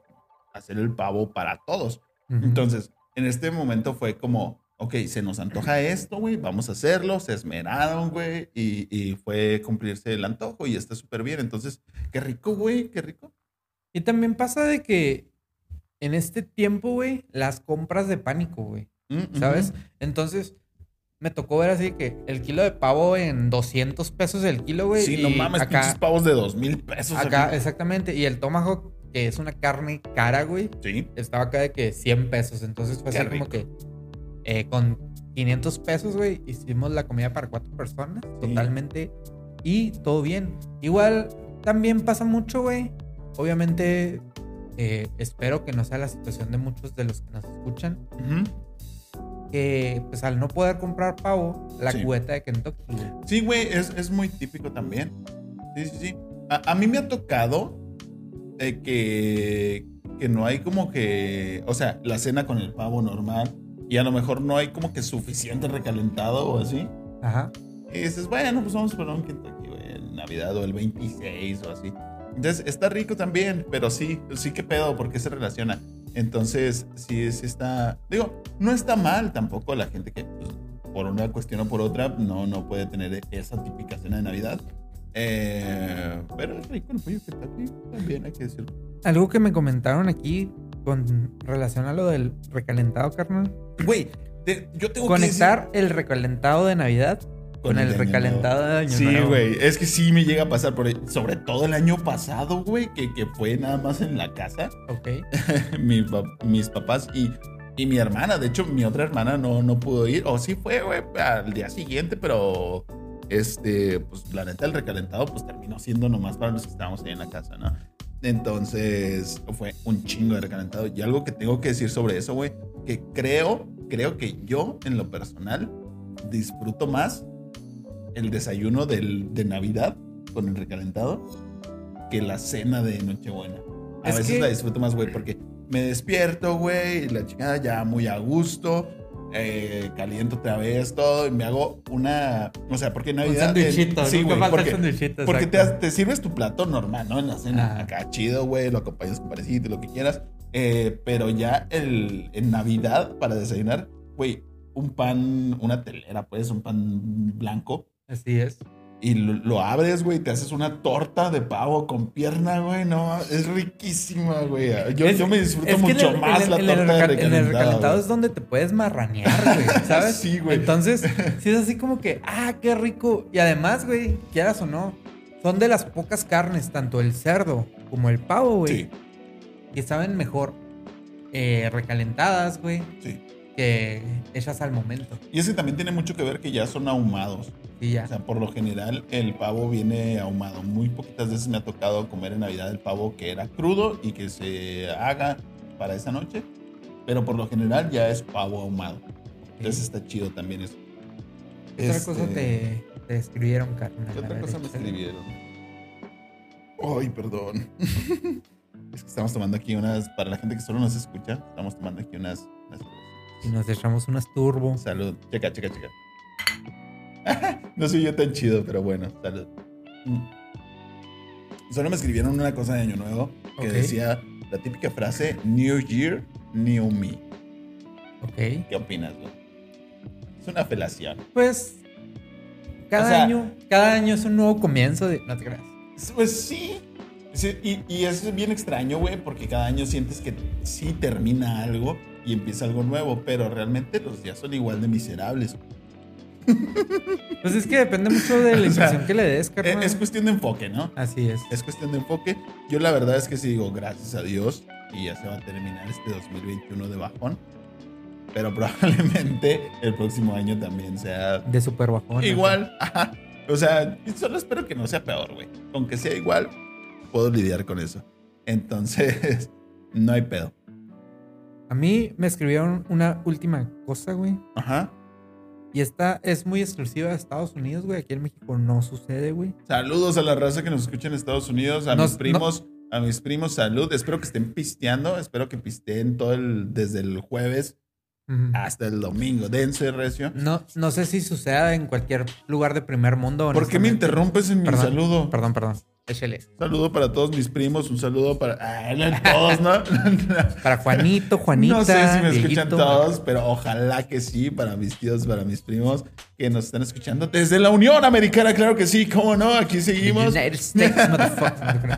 Speaker 2: hacer el pavo para todos.
Speaker 1: Ujú.
Speaker 2: Entonces, en este momento fue como, ok, se nos antoja esto, güey, vamos a hacerlo, se esmeraron, güey, y, y fue cumplirse el antojo y está súper bien. Entonces, qué rico, güey, qué rico.
Speaker 1: Y también pasa de que en este tiempo, güey, las compras de pánico, güey.
Speaker 2: Mm,
Speaker 1: ¿Sabes?
Speaker 2: ujú.
Speaker 1: Entonces, me tocó ver así que el kilo de pavo en 200 pesos el kilo, güey.
Speaker 2: Sí, no
Speaker 1: y
Speaker 2: mames, pinches
Speaker 1: acá,
Speaker 2: pavos de dos mil pesos.
Speaker 1: acá,
Speaker 2: aquí.
Speaker 1: exactamente. Y el tomahawk, que es una carne cara, güey,
Speaker 2: Sí,
Speaker 1: estaba acá de que 100 pesos. Entonces fue
Speaker 2: Qué
Speaker 1: así como que eh, con 500 pesos, güey, hicimos la comida para cuatro personas
Speaker 2: Sí.
Speaker 1: totalmente y todo bien. Igual también pasa mucho, güey. Obviamente eh, espero que no sea la situación de muchos de los que nos escuchan.
Speaker 2: Ujú.
Speaker 1: Que pues al no poder comprar pavo, la
Speaker 2: Sí.
Speaker 1: cubeta de Kentucky. güey.
Speaker 2: sí, güey, es, es muy típico también. Sí, sí, sí. A, a mí me ha tocado eh, que, que no hay como que, o sea, la cena con el pavo normal y a lo mejor no hay como que suficiente recalentado o así.
Speaker 1: Ajá.
Speaker 2: Y dices, bueno, pues vamos por un Kentucky, güey, en Navidad o el 26 o así. Entonces, está rico también, pero sí, sí que pedo, porque se relaciona. Entonces, sí, sí está, digo, no está mal tampoco la gente que pues, por una cuestión o por otra no, no puede tener esa típica cena de Navidad. Eh, pero es rico el pollo Kentucky, también hay que decirlo.
Speaker 1: Algo que me comentaron aquí con relación a lo del recalentado, carnal.
Speaker 2: Güey, te- yo tengo
Speaker 1: Conectar el recalentado de Navidad
Speaker 2: que decir-
Speaker 1: con el
Speaker 2: de Año Nuevo.
Speaker 1: recalentado de Año
Speaker 2: Sí,
Speaker 1: Nuevo.
Speaker 2: güey, es que sí me llega a pasar, por ahí, sobre todo el año pasado, güey, que, que fue nada más en la casa, [LAUGHS]
Speaker 1: Ok.
Speaker 2: mi pap- mis papás y, y mi hermana, de hecho, mi otra hermana no, no pudo ir, o sí fue, güey, al día siguiente, pero, este, pues la neta, el recalentado, pues terminó siendo nomás para los que estábamos ahí en la casa, ¿no? Entonces, fue un chingo de recalentado. Y algo que tengo que decir sobre eso, güey, que creo, creo que yo, en lo personal, disfruto más el desayuno del, de Navidad con el recalentado que la cena de Nochebuena. A
Speaker 1: Es
Speaker 2: veces
Speaker 1: que-
Speaker 2: la disfruto más, güey, porque me despierto, güey, y la chingada ya muy a gusto. eh, caliento otra vez todo y me hago una. O sea, porque en
Speaker 1: Un
Speaker 2: Navidad. eh,
Speaker 1: sandwichito,
Speaker 2: sí,
Speaker 1: nunca
Speaker 2: güey,
Speaker 1: falta el
Speaker 2: porque-
Speaker 1: sandwichito.
Speaker 2: porque te,
Speaker 1: exacto.
Speaker 2: has- te sirves tu plato normal, ¿no? En la cena.
Speaker 1: Ajá.
Speaker 2: Acá chido, güey, lo acompañas con parecito, lo que quieras. Eh, pero ya el, en Navidad, para desayunar, güey, un pan, una telera, pues, un pan blanco.
Speaker 1: Así es.
Speaker 2: Y lo, lo abres, güey, te haces una torta de pavo con pierna, güey, no, es riquísima, güey. Yo,
Speaker 1: Es-
Speaker 2: yo me disfruto
Speaker 1: Es que en
Speaker 2: mucho
Speaker 1: el-
Speaker 2: más
Speaker 1: en
Speaker 2: la
Speaker 1: el- en el
Speaker 2: torta
Speaker 1: recal-
Speaker 2: de
Speaker 1: En el
Speaker 2: recalentado,
Speaker 1: recalentado
Speaker 2: güey.
Speaker 1: es donde te puedes marranear, güey,
Speaker 2: [LAUGHS]
Speaker 1: ¿sabes?
Speaker 2: Sí, güey.
Speaker 1: Entonces,
Speaker 2: [LAUGHS]
Speaker 1: sí es así como que, ah, qué rico. Y además, güey, quieras o no, son de las pocas carnes, tanto el cerdo como el pavo, güey,
Speaker 2: Sí,
Speaker 1: que saben mejor eh, recalentadas, güey,
Speaker 2: sí.
Speaker 1: que hechas al momento.
Speaker 2: Y es que también tiene mucho que ver que ya son ahumados.
Speaker 1: Y ya.
Speaker 2: O sea, por lo general el pavo viene ahumado. Muy poquitas veces me ha tocado comer en Navidad el pavo que era crudo y que se haga para esa noche. Pero por lo general ya es pavo ahumado. Entonces está chido también eso.
Speaker 1: ¿Qué otra
Speaker 2: Este,
Speaker 1: cosa te, te escribieron, carnal?
Speaker 2: ¿Qué
Speaker 1: A
Speaker 2: otra
Speaker 1: ver,
Speaker 2: cosa me
Speaker 1: échale.
Speaker 2: escribieron? Ay, perdón. [LAUGHS] es que estamos tomando aquí unas, para la gente que solo nos escucha, estamos tomando aquí unas... unas
Speaker 1: Y nos echamos unas turbo.
Speaker 2: Salud. Checa, checa, checa. [LAUGHS] no soy yo tan chido, pero bueno, salud. Mm. Solo me escribieron una cosa de Año Nuevo que
Speaker 1: Ok.
Speaker 2: decía la típica frase New Year, New Me.
Speaker 1: Ok.
Speaker 2: ¿Qué opinas, güey? Es una felación.
Speaker 1: Pues cada
Speaker 2: O sea-
Speaker 1: año, cada año es un nuevo comienzo de. No te creas.
Speaker 2: Pues sí. Sí, y, y es bien extraño, güey, porque cada año sientes que sí termina algo y empieza algo nuevo, pero realmente los días son igual de miserables.
Speaker 1: Pues es que depende mucho de la
Speaker 2: [LAUGHS] O sea,
Speaker 1: impresión que le des,
Speaker 2: Eh,
Speaker 1: carnal.
Speaker 2: es cuestión de enfoque, ¿no?
Speaker 1: Así es.
Speaker 2: es cuestión de enfoque. Yo la verdad es que sí digo, gracias a Dios, y ya se va a terminar este 2021 de bajón. Pero [LAUGHS] probablemente el próximo año también sea
Speaker 1: De super bajón.
Speaker 2: igual. Ajá. O sea, solo espero que no sea peor, güey. Aunque sea igual, puedo lidiar con eso. Entonces, [LAUGHS] no hay pedo.
Speaker 1: ajá. A mí me escribieron una última cosa, güey.
Speaker 2: Ajá.
Speaker 1: Y esta es muy exclusiva de Estados Unidos, güey. Aquí en México no sucede, güey.
Speaker 2: Saludos a la raza que nos escucha en Estados Unidos, a
Speaker 1: Nos-
Speaker 2: mis primos, a mis primos, salud. Espero que estén pisteando, espero que pisteen todo el, desde el jueves
Speaker 1: Ujú.
Speaker 2: hasta el domingo. Dense recio.
Speaker 1: No, no sé si suceda en cualquier lugar de primer mundo.
Speaker 2: ¿Por qué me
Speaker 1: honestamente.
Speaker 2: interrumpes en mi
Speaker 1: este Perdón,
Speaker 2: saludo?
Speaker 1: Perdón, perdón. Échele.
Speaker 2: Un saludo para todos mis primos, un saludo para ah, no [LAUGHS] todos, ¿no?
Speaker 1: Para Juanito, Juanita.
Speaker 2: [LAUGHS] no sé si me escuchan
Speaker 1: Dieguito.
Speaker 2: todos, pero ojalá que sí, para mis tíos, para mis primos que nos están escuchando desde la Unión Americana, claro que sí, cómo no, aquí seguimos.
Speaker 1: United
Speaker 2: [LAUGHS]
Speaker 1: States, motherfucker.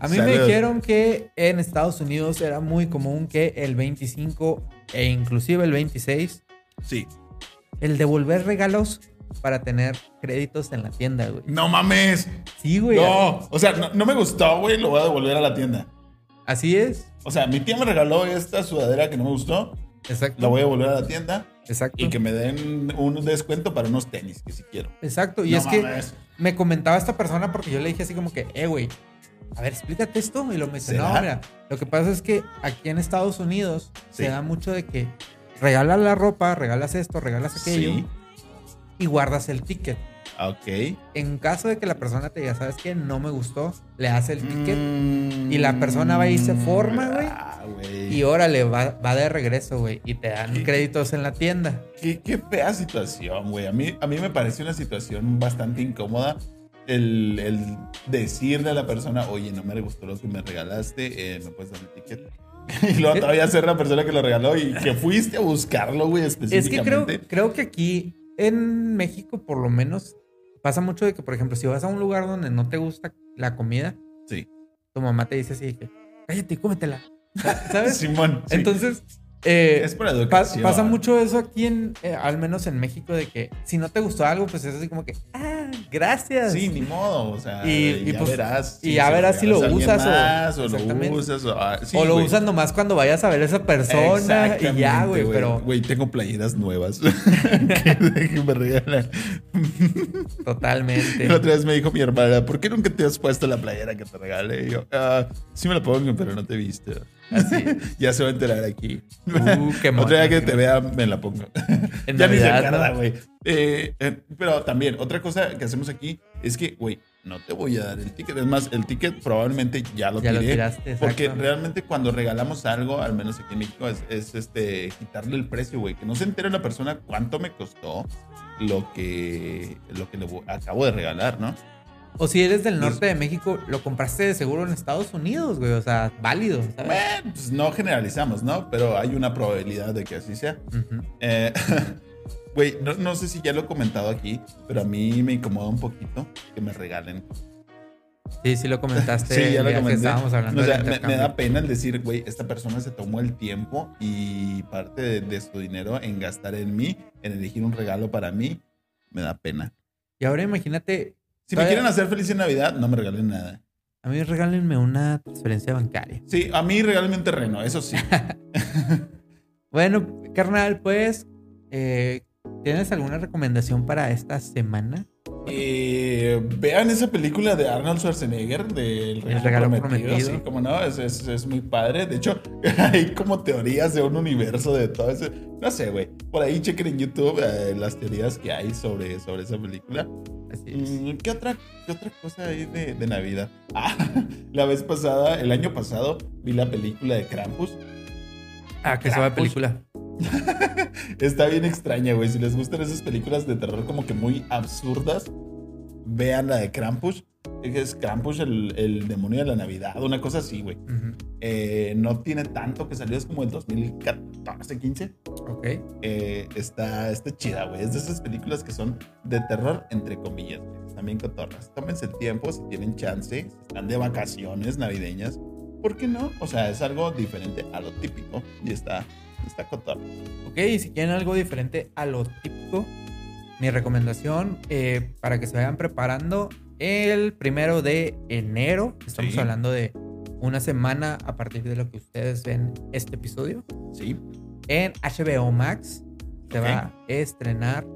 Speaker 1: A mí me
Speaker 2: Salud.
Speaker 1: dijeron que en Estados Unidos era muy común que el 25 e inclusive el 26
Speaker 2: Sí.
Speaker 1: el devolver regalos para tener créditos en la tienda, güey.
Speaker 2: No mames.
Speaker 1: Sí, güey.
Speaker 2: No, o sea, no, no me gustó, güey, lo voy a devolver a la tienda.
Speaker 1: Así es.
Speaker 2: O sea, mi tía me regaló esta sudadera que no me gustó,
Speaker 1: Exacto.
Speaker 2: la voy a devolver a la tienda
Speaker 1: Exacto.
Speaker 2: y que me den un descuento para unos tenis que si quiero.
Speaker 1: Exacto. Y
Speaker 2: No
Speaker 1: es que
Speaker 2: mames.
Speaker 1: me comentaba esta persona porque yo le dije así como que, eh, güey, a ver, explícate esto. Y lo me dice, no,
Speaker 2: ¿Será?
Speaker 1: mira, lo que pasa es que aquí en Estados Unidos
Speaker 2: Sí.
Speaker 1: se da mucho de que regalas la ropa, regalas esto, regalas aquello
Speaker 2: Sí,
Speaker 1: y guardas el ticket.
Speaker 2: ok.
Speaker 1: En caso de que la persona te diga, ¿sabes qué? No me gustó, le hace el ticket
Speaker 2: Mm.
Speaker 1: Y la persona va y se forma, güey.
Speaker 2: Ah, güey.
Speaker 1: y órale, va, va de regreso, güey, y te dan
Speaker 2: Sí.
Speaker 1: créditos en la tienda.
Speaker 2: Qué, qué fea situación, güey. A mí, a mí me pareció una situación bastante incómoda el, el decirle a la persona, oye, no me gustó lo que me regalaste, eh, me puedes dar mi ticket. [LAUGHS] Y luego todavía ser la persona que lo regaló y que fuiste a buscarlo, güey,
Speaker 1: Es que creo,
Speaker 2: específicamente.
Speaker 1: creo que aquí, en México por lo menos, pasa mucho de que, por ejemplo, si vas a un lugar donde no te gusta la comida,
Speaker 2: Sí.
Speaker 1: tu mamá te dice así, de que, cállate y cómetela. [LAUGHS] ¿Sabes?
Speaker 2: Simón. [LAUGHS] sí.
Speaker 1: Entonces, eh,
Speaker 2: es por
Speaker 1: pa-
Speaker 2: educación.
Speaker 1: pasa mucho eso aquí, en, eh, al menos en México, de que si no te gustó algo, pues es así como que, ah, gracias.
Speaker 2: Sí, ni modo, o sea,
Speaker 1: Y-
Speaker 2: y,
Speaker 1: y
Speaker 2: ya
Speaker 1: pues-
Speaker 2: verás.
Speaker 1: y ya
Speaker 2: se
Speaker 1: verás si lo
Speaker 2: regalas a alguien
Speaker 1: usas o-
Speaker 2: más, o, lo
Speaker 1: exactamente.
Speaker 2: usas. O, ah, sí,
Speaker 1: o lo
Speaker 2: güey.
Speaker 1: usas nomás cuando vayas a ver a esa persona y ya,
Speaker 2: Exactamente,
Speaker 1: güey, pero
Speaker 2: Güey, tengo playeras
Speaker 1: [LAUGHS]
Speaker 2: nuevas que, que me regalan.
Speaker 1: totalmente.
Speaker 2: [LAUGHS] La otra vez me dijo mi hermana, ¿por qué nunca te has puesto la playera que te regalé? Y yo, "Ah, sí me la pongo, pero no te he visto.
Speaker 1: Así.
Speaker 2: Ya se va a enterar aquí.
Speaker 1: Uh, qué mono,
Speaker 2: otra vez que
Speaker 1: qué
Speaker 2: te vea, me la pongo.
Speaker 1: En
Speaker 2: ya ni se
Speaker 1: Navidad, ¿no?
Speaker 2: acuerda, güey. Eh, eh, pero también, otra cosa que hacemos aquí es que, güey, no te voy a dar el ticket. Es más, el ticket probablemente ya lo
Speaker 1: Ya lo
Speaker 2: tiré.
Speaker 1: tiraste,
Speaker 2: Porque
Speaker 1: exacto.
Speaker 2: realmente cuando regalamos algo, al menos aquí en México, es, es, este, quitarle el precio, güey. Que no se entere la persona cuánto me costó lo que, lo que le vo- acabo de regalar, ¿no?
Speaker 1: O si eres del
Speaker 2: Pues
Speaker 1: norte de México, lo compraste de seguro en Estados Unidos, güey. O sea, válido, ¿sabes?
Speaker 2: Bueno, pues no generalizamos, ¿no? Pero hay una probabilidad de que así sea.
Speaker 1: Ujú.
Speaker 2: Eh, [LAUGHS] Güey, no, no sé si ya lo he comentado aquí, pero a mí me incomoda un poquito que me regalen.
Speaker 1: Sí, sí lo comentaste.
Speaker 2: [LAUGHS] Sí, ya
Speaker 1: el
Speaker 2: lo
Speaker 1: día que
Speaker 2: comenté.
Speaker 1: estábamos hablando
Speaker 2: O sea,
Speaker 1: del
Speaker 2: me, me
Speaker 1: intercambio.
Speaker 2: da pena el decir, güey, esta persona se tomó el tiempo y parte de, de su dinero en gastar en mí, en elegir un regalo para mí. Me da pena.
Speaker 1: Y ahora imagínate,
Speaker 2: Si me
Speaker 1: Todavía-
Speaker 2: quieren hacer feliz en Navidad, no me regalen nada.
Speaker 1: a mí regálenme una transferencia bancaria.
Speaker 2: Sí, a mí regálenme un terreno, eso
Speaker 1: [LAUGHS]
Speaker 2: sí.
Speaker 1: Bueno, carnal, pues, eh, ¿tienes alguna recomendación para esta semana?
Speaker 2: Eh, vean esa película de Arnold Schwarzenegger del regalo,
Speaker 1: regalo
Speaker 2: prometido,
Speaker 1: prometido.
Speaker 2: sí, como no, es, es- es muy padre. De hecho, [LAUGHS] hay como teorías de un universo de todo eso. No sé, güey. Por ahí chequen en YouTube eh, las teorías que hay sobre, sobre esa película.
Speaker 1: Así es.
Speaker 2: Mm, ¿Qué otra, qué otra cosa hay de, de Navidad? [LAUGHS] Ah, la vez pasada, el año pasado, vi la película de Krampus.
Speaker 1: Ah, que se va de
Speaker 2: Krampus.
Speaker 1: película.
Speaker 2: Está bien extraña, güey. Si les gustan esas películas de terror como que muy absurdas, vean la de Krampus. Es Krampus el, el demonio de la Navidad, una cosa así, güey.
Speaker 1: Ujú.
Speaker 2: Eh, no tiene tanto que salió, es como el 2014, 15.
Speaker 1: Ok.
Speaker 2: Eh, está, está chida, güey. Es de esas películas que son de terror, entre comillas. güey. También cotorras. Tómense el tiempo si tienen chance, si están de vacaciones navideñas. ¿Por qué no? O sea, es algo diferente a lo típico y está, está cotorra.
Speaker 1: Ok, y si quieren algo diferente a lo típico, mi recomendación eh, para que se vayan preparando el primero de enero, estamos
Speaker 2: Sí.
Speaker 1: hablando de una semana a partir de lo que ustedes ven este episodio.
Speaker 2: Sí.
Speaker 1: En HBO Max se
Speaker 2: Ok.
Speaker 1: va a estrenar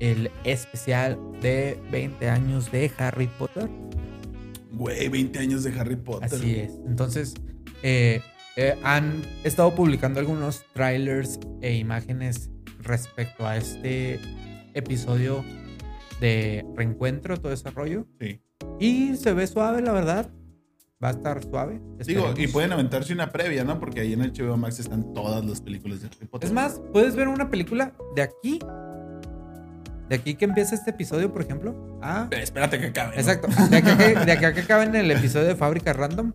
Speaker 1: el especial de 20 años de Harry Potter.
Speaker 2: Güey, 20 años de Harry Potter.
Speaker 1: Así es. Entonces, eh, eh, han estado publicando algunos trailers e imágenes respecto a este episodio de reencuentro, todo ese rollo.
Speaker 2: Sí.
Speaker 1: Y se ve suave, la verdad. Va a estar suave.
Speaker 2: Digo, y
Speaker 1: esperemos.
Speaker 2: pueden aventarse una previa, ¿no? Porque ahí en HBO Max están todas las películas de Harry Potter.
Speaker 1: Es más, puedes ver una película de aquí. De aquí que empieza este episodio, por ejemplo. Ah,
Speaker 2: Pero espérate que acabe. ¿no?
Speaker 1: exacto. De acá que, de acá que acaba en el episodio de Fábrica Random.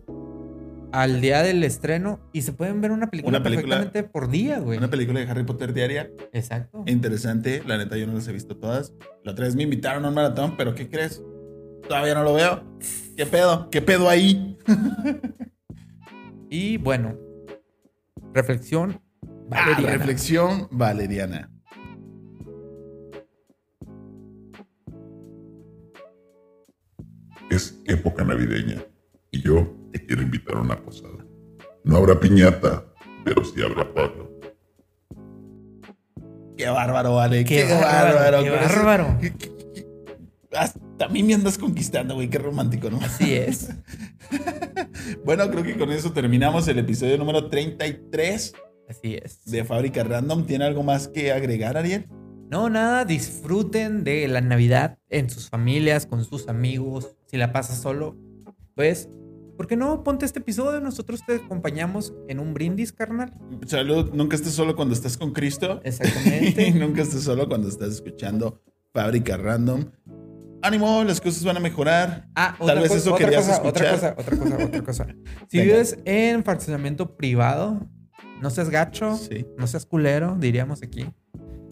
Speaker 1: Al día del estreno. Y se pueden ver una película,
Speaker 2: Una película-
Speaker 1: perfectamente por día, güey.
Speaker 2: Una película de Harry Potter diaria.
Speaker 1: Exacto.
Speaker 2: Interesante. La neta, yo no las he visto todas. La otra vez me invitaron a un maratón, pero ¿qué crees? Todavía no lo veo. ¿Qué pedo? ¿Qué pedo ahí?
Speaker 1: Y bueno. Reflexión.
Speaker 2: Ah,
Speaker 1: valeriana.
Speaker 2: reflexión valeriana.
Speaker 3: Es época navideña y yo te quiero invitar a una posada. No habrá piñata, pero sí habrá palo.
Speaker 2: Qué bárbaro, vale.
Speaker 1: Qué, bárbaro. Qué
Speaker 2: Con eso-
Speaker 1: bárbaro.
Speaker 2: qué- qué- qué- Hasta a mí me andas conquistando, güey. Qué romántico, ¿no?
Speaker 1: Así es.
Speaker 2: Bueno, creo que con eso terminamos el episodio número 33
Speaker 1: Así es.
Speaker 2: de Fábrica Random. ¿Tiene algo más que agregar, Ariel?
Speaker 1: No, nada, disfruten de la Navidad en sus familias, con sus amigos. Si la pasas solo, pues, ¿por qué no? Ponte este episodio, nosotros te acompañamos en un brindis, carnal.
Speaker 2: Salud, nunca estés solo cuando estás con Cristo. [LAUGHS] Y
Speaker 1: Exactamente.
Speaker 2: nunca estés solo cuando estás escuchando Fábrica Random. Ánimo, las cosas van a mejorar.
Speaker 1: Ah,
Speaker 2: Tal vez
Speaker 1: co-
Speaker 2: eso querías
Speaker 1: cosa, otra cosa,
Speaker 2: escuchar.
Speaker 1: otra cosa, otra
Speaker 2: [LAUGHS]
Speaker 1: cosa. Si
Speaker 2: Venga.
Speaker 1: vives en fraccionamiento privado, no seas gacho,
Speaker 2: Sí,
Speaker 1: no seas culero, diríamos aquí.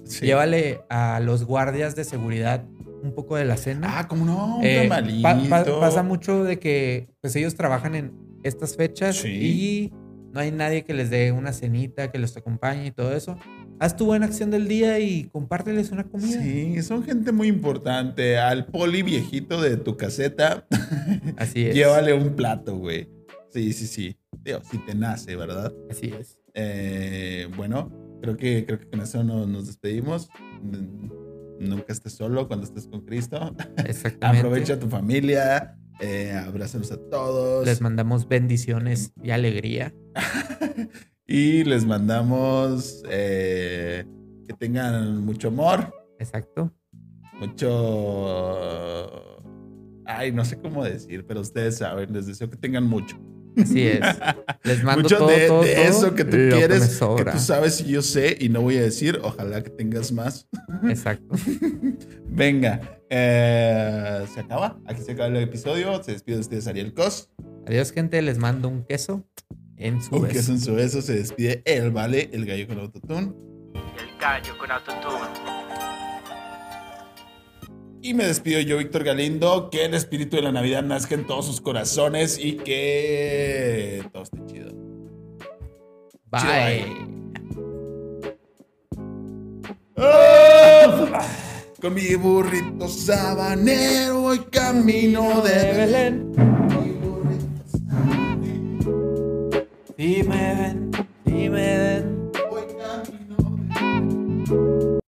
Speaker 2: sí.
Speaker 1: Llévale a los guardias de seguridad un poco de la cena.
Speaker 2: Ah, ¿cómo no? Un
Speaker 1: Eh,
Speaker 2: tamalito.
Speaker 1: pa- pa- pasa mucho de que pues ellos trabajan en estas fechas
Speaker 2: Sí.
Speaker 1: y no hay nadie que les dé una cenita, que los acompañe y todo eso. Haz tu buena acción del día y compárteles una comida.
Speaker 2: Sí, son gente muy importante. Al poli viejito de tu caseta, [LAUGHS]
Speaker 1: Así es.
Speaker 2: llévale un plato, güey. Sí, sí, sí. Digo, si te nace, ¿verdad?
Speaker 1: Así es.
Speaker 2: Eh, bueno, creo que, creo que con eso no- nos despedimos. Mm, Nunca estés solo cuando estés con Cristo.
Speaker 1: Exactamente.
Speaker 2: Aprovecha a tu familia. Eh, abrázanos a todos.
Speaker 1: Les mandamos bendiciones y alegría.
Speaker 2: y les mandamos eh, que tengan mucho amor,
Speaker 1: Exacto.
Speaker 2: mucho... Ay, no sé cómo decir, pero ustedes saben, les deseo que tengan mucho.
Speaker 1: Así
Speaker 2: [LAUGHS]
Speaker 1: es. Les mando
Speaker 2: mucho
Speaker 1: todo,
Speaker 2: de,
Speaker 1: todo,
Speaker 2: de
Speaker 1: todo
Speaker 2: eso que tú
Speaker 1: lo me
Speaker 2: quieres, que,
Speaker 1: sobra.
Speaker 2: tú sabes y yo sé y no voy a decir. Ojalá que tengas más. [LAUGHS]
Speaker 1: Exacto.
Speaker 2: Venga, eh, se acaba. Aquí se acaba el episodio. Se despide de ustedes Ariel Cos.
Speaker 1: Adiós, gente. Les mando un queso en su
Speaker 2: Un
Speaker 1: beso.
Speaker 2: queso en su beso. Se despide el Vale, el gallo con autotune.
Speaker 4: El gallo con autotune.
Speaker 2: Y me despido yo, Víctor Galindo. Que el espíritu de la Navidad nazca en todos sus corazones y que todo esté chido.
Speaker 1: Bye.
Speaker 2: ¡Ah! Con mi burrito sabanero voy camino de Belén.